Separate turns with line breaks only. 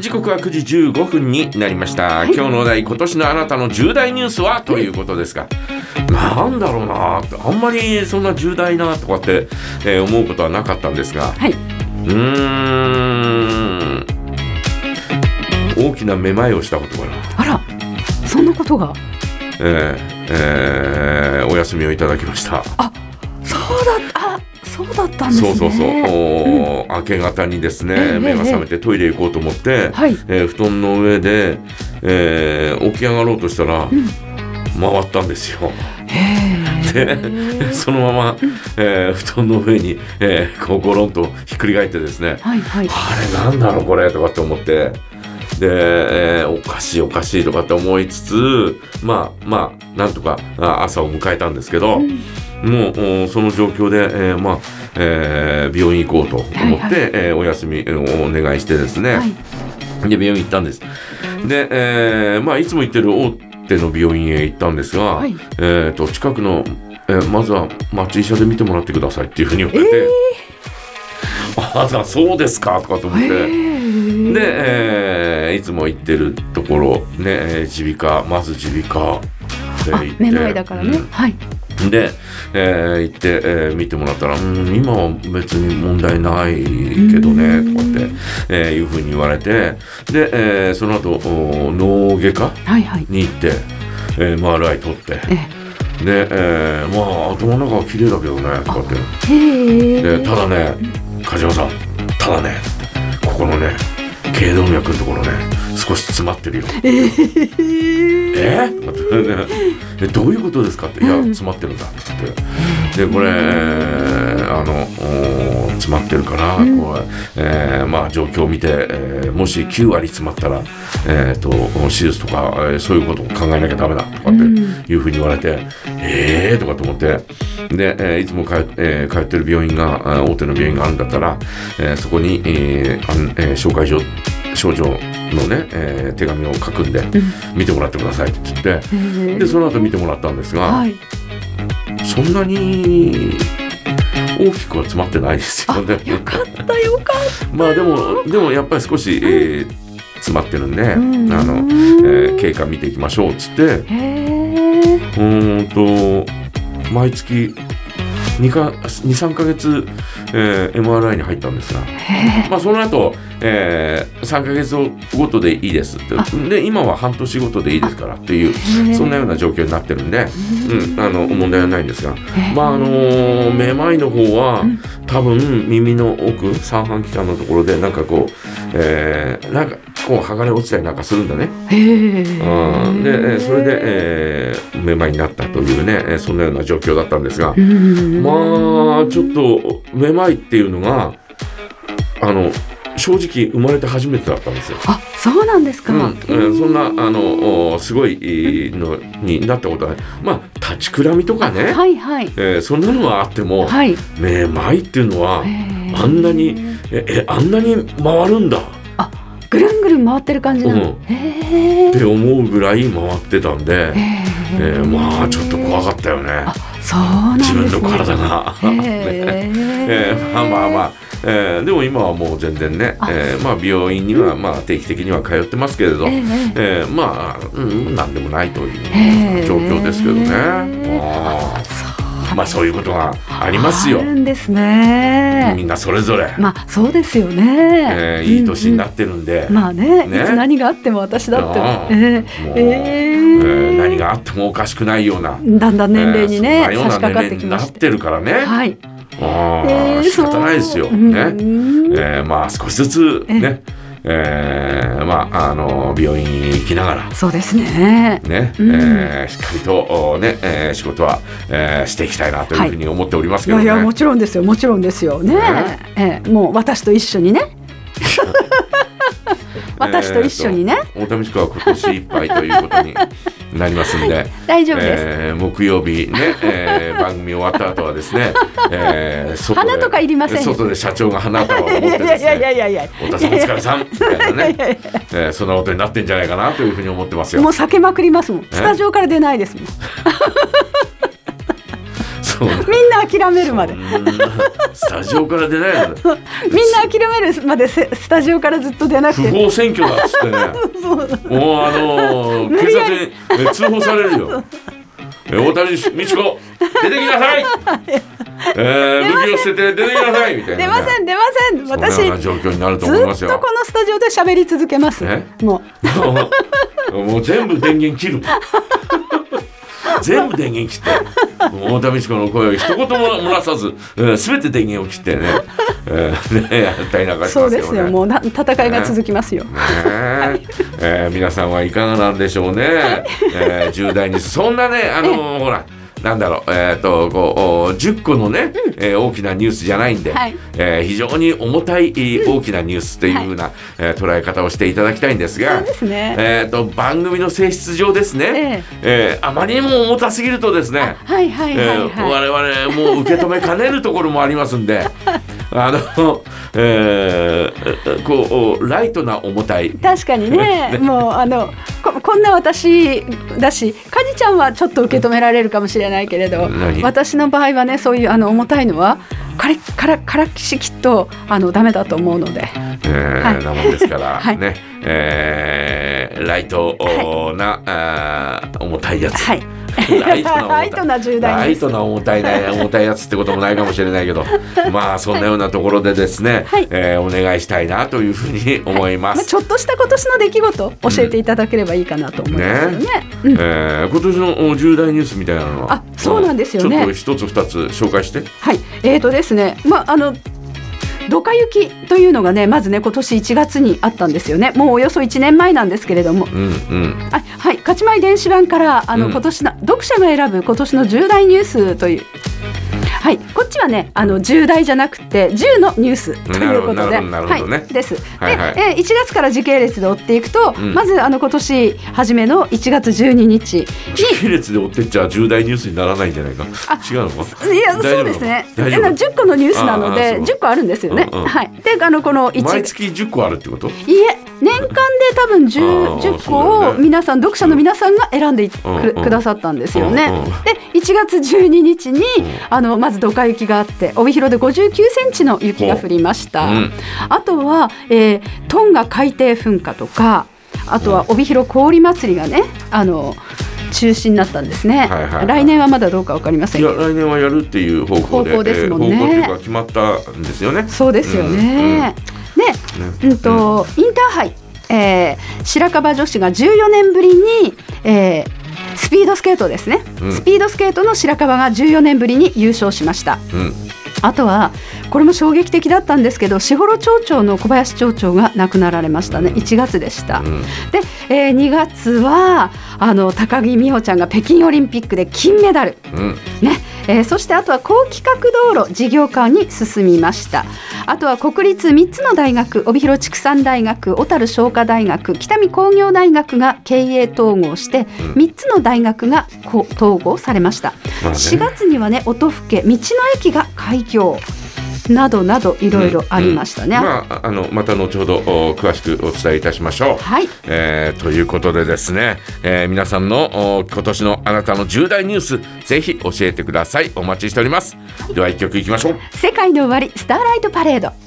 時刻は9時15分になりました、今日のお題今年のあなたの重大ニュースはということですがなんだろうなってあんまりそんな重大なとかって、えー思うことはなかったんですが
はい。
うーん大きなめまいをしたことかな、
あら、そんなことが。
えーえーお休みをいただきました
そうだった。あ、そうだったんです
そ
ね。
うそうそう、おー明け方にです
え
ね
え
目が覚めてトイレ行こうと思って、
はい。
えー布団の上で、えー起き上がろうとしたら、回ったんですよ。
へ
で
え。
そのまま、えー布団の上に、えーこうゴロンとひっくり返ってですね
はいはい。
あれなんだろうこれとかって思ってで、えーおかしいおかしいとかって思いつつまあまあなんとかあ朝を迎えたんですけど、もうおその状況で、えーまあえー病院行こうと思って、
はいはい
えーお休みえーお願いしてですね、
はい。
で病院行ったんです。で、えーまあ、いつも行ってる大手の病院へ行ったんですが、
はい
えー、と近くの、えーまずは町医者で見てもらってくださいっていうふうに言われて、ああそうですかとかと思って。
へえ。
で、えーいつも行ってるところねえー耳鼻科まず耳鼻科で
あ
行っ、て
めまいだからね。はい。
うんで、えー行って、えー見てもらったら「うん今は別に問題ないけどね」とかって、えーいうふうに言われてで、えーその後お脳外科
はいはい。
に行って、えー MRI 取って
え
で、えーまあ頭の中は綺麗だけどねとかって。
え。へえ。
でただね梶山さんただねここのね頸動脈のところね少し詰まってるよえ ー、待ってでどういうことですかって「いや
うん
詰まってるんだ」ってでこれあのおー詰まってるから、こうえーまあ状況を見て、えーもし9割詰まったら、えー、と手術とか、えーそういうことを考えなきゃダメだとかっていうふうに言われて、えーとかと思ってで、えーいつも通,、えー通ってる病院があー大手の病院があるんだったら、えーそこに、えーあんえー紹介状症状のね、えー手紙を書くんで見てもらってくださいって言って
へえ
でその後見てもらったんですが、
はい。
そんなに大きくは詰まってないですよね。
よかったよかっ
まあでもでもやっぱり少し、えー詰まってるんで、
た。うん
あの、えー経過見ていきましょうっつってう
へえ。
ーんと毎月2か23か月、えー MRI に入ったんですが、
へ
まあ、その後、えー、3か月ごとでいいですってで今は半年ごとでいいですからっていう
え。
そんなような状況になってるんで、うん、あの問題はないんですが、
へえ
まああのーめまいの方は
うん
多分耳の奥三半規管のところでなんかこう、えーなんかこう剥がれ落ちたりなんかするんだね。
へえ。
うん、でえーそれで、えーめまいになったというねえーそんなような状況だったんですが、
うん
まあちょっとめまいっていうのがあの正直生まれて初めてだったんですよ。
あ、そうなんですか。
うんえーそんなあのおすごいえーのになったことはないまあ立ちくらみとかね、
はいはい。
えーそんなのはあっても、
はい。へ
めまいっていうのは
え
あんなにええあんなに回るんだっ
ぐるんぐるん回ってる感じなの。
うん
へえ。
て思うぐらい回ってたんで、
へ
えーまあちょっと怖かったよね
あそうなんです
自
ね。
分の体が。
へ
え
え
ーまあまあまあ、えーでも今はもう全然ね
あ、
えーまあ、病院にはまあ定期的には通ってますけれど、
え
え
え
ーまあ、うん、なんでもないとい
へ
う
ー
状況ですけどね。あーまあそういうことがありますよ
あ。るんですね。
みんなそれぞれ、
まあそうですよね。
えーいい年にな
っ
ってるんで、
まあね、い
ね
つ何があっても私だって
ああ
え
もう、
え
え
え
ー
え
何があってもおかしくないような。
だんだん年齢にね、
えーそんな
差し
よう
掛
な
か
年
って
齢
き
に
ま
なっ
して
てるからね。
はい。
あー
えー
仕方ないですよ。
そう
ね。
うん
えーまあ少しずつね、えーまああの病院に行きながら。
そうですね。
ね
うん
えーしっかりとおね、えー仕事は、えーしていきたいなというふうに思っております
い
けど
やい
ね。
やもちろんですよもちろんですよね
ね
ええもう私と一 緒にね私と一緒にね、
えーと大田美智子は今年いっぱいということになります んで、
大丈夫です、
えー木曜日ね、えー番組終わった後はですね、えー 外で
花とかいりませんよ
外で社長が花束を持って
い
ですね
やいやいやいやいや
太田さんお疲れさんみたいなね、 えーそんなことになってんじゃないかなというふうに思ってますよ
もう。避けまくりますもんスタジオから出ないですもん
そう
みんな諦めるまで
う
みん
ーんスタジオから出ないの
な諦めるまでせスタジオからずっと出な
不
くて
法占拠だっつってね
そう
もうあのー
無
警
理や
察にえ通報されるよえ大谷美智子出てきな さいえー、武器を捨てて出てきなさいみたいなね、
出ません出ません私
そんな状況になると
ず
思います
っと
よ
このスタジオで喋り続けます
え
も
もう もう全部電源切る 全部電源切ってもう大田美智子の声を一言も漏らさず、えー、全て電源を切ってね,、えー、ねやったりなんか
う
しま
そう
すよね
ですよもうな戦いが続きますよ
ねええー皆さんはいかがなんでしょうね、えー、10代にそんなねあのーほらなんだろうえっ、とこうお10個のね、えー大きなニュースじゃないんで、
はい
えー非常に重たい、えー大きなニュースというふうな、えー捉え方をしていただきたいんですが
そうですね
えー、と番組の性質上ですね、えーあまりにも重たすぎるとですね
はいはいはい
えー
はい
我々もう受け止めかねるところもあります んであの、えーこうライトな重たい
確かに ねもうあのここんな私だしかじちゃんはちょっと受け止められるかもしれないけれど
何
私の場合はねそういうあの重たいのはカリカラカラキシきっとあのダメだと思うので
えー
はい
なもんですから、
はい
ね、えーライトな、あー重たいやつ。
はい
ライトな重たい
ライトな重大ニュース
ライトな重たいね重たいやつってこともないかもしれないけどまあそんなようなところでですね、
はい
えーお願いしたいなというふうに思います。
まあ、ちょっとした今年の出来事教えていただければいいかなと思いますよね。うん
えー今年のお重大ニュースみたいなのは
あそうなんですよね
うんちょっと一つ二つ紹介して
はい、えーとですね、まああの。ドカ雪というのがねまずね今年1月にあったんですよねもうおよそ1年前なんですけれども
うんうん
あはい勝ち前電子版からあの、
うん
今年の読者が選ぶ今年の重大ニュースというはいこっちはねあの重大じゃなくて10のニュースということ
な
で
るほどなるほどね
はい、です、
はいはい
で、えー1月から時系列で追っていくと、
ん
まずあの今年初めの1月12日
時
に
系列で追ってっちゃ重大ニュースにならないんじゃないか
あ
違うのか
いや
大丈
そう
夫
ですね。
大丈夫
あの10個のニュースなの
ああそ
で
う
10個あるんですよね。
うんうん
はい。であのこの一
毎
い
月10個あるってこと
え年間で多分
ああ
10, 10個
そうだよ
を
ね
皆さん、読者の皆さんが選んでいく,、
うんうん
くださったんですよね。
うんうん
で1月12日に、あのまずドカ雪があって帯広で59センチの雪が降りました。
うん
あとは、えートンガ海底噴火とかあとは帯広氷祭りがねあの中止になったんですね、
はいはいはい
来年はまだどうかわかりません
い
けど
や来年はやるっていう方向で
方向ですもんね
えー方向というか決まったんですよね。
そうですよね。で、うんと、インターハイ、えー白樺女子が14年ぶりに、えースピードスケートですね、
うん
スピードスケートの白樺が14年ぶりに優勝しました
うん
あとはこれも衝撃的だったんですけど士幌町長の小林町長が亡くなられましたね1月でした、
うん
で、え2月はあの高木美帆ちゃんが北京オリンピックで金メダル、
うん
ねえーそしてあとは高規格道路事業化に進みましたあとは国立3つの大学帯広畜産大学小樽商科大学北見工業大学が経営統合して3つの大学がこう統合されました、
まあね
4月にはね音更道の駅が開業などなどいろいろありましたね、
うんまああのまた後ほどお詳しくお伝えいたしましょう。
はい
えーということでですね、えー皆さんのお今年のあなたの重大ニュースぜひ教えてくださいお待ちしておりますでは一曲いきましょう
世界の終わりスターライトパレード